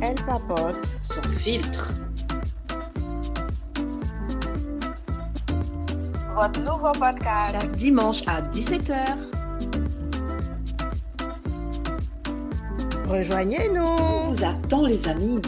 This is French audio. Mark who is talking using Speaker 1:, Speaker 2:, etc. Speaker 1: Elle papote.
Speaker 2: Sans filtre.
Speaker 1: Votre nouveau podcast.
Speaker 2: Chaque dimanche à 17h.
Speaker 1: Rejoignez-nous.
Speaker 2: On vous attend les amis.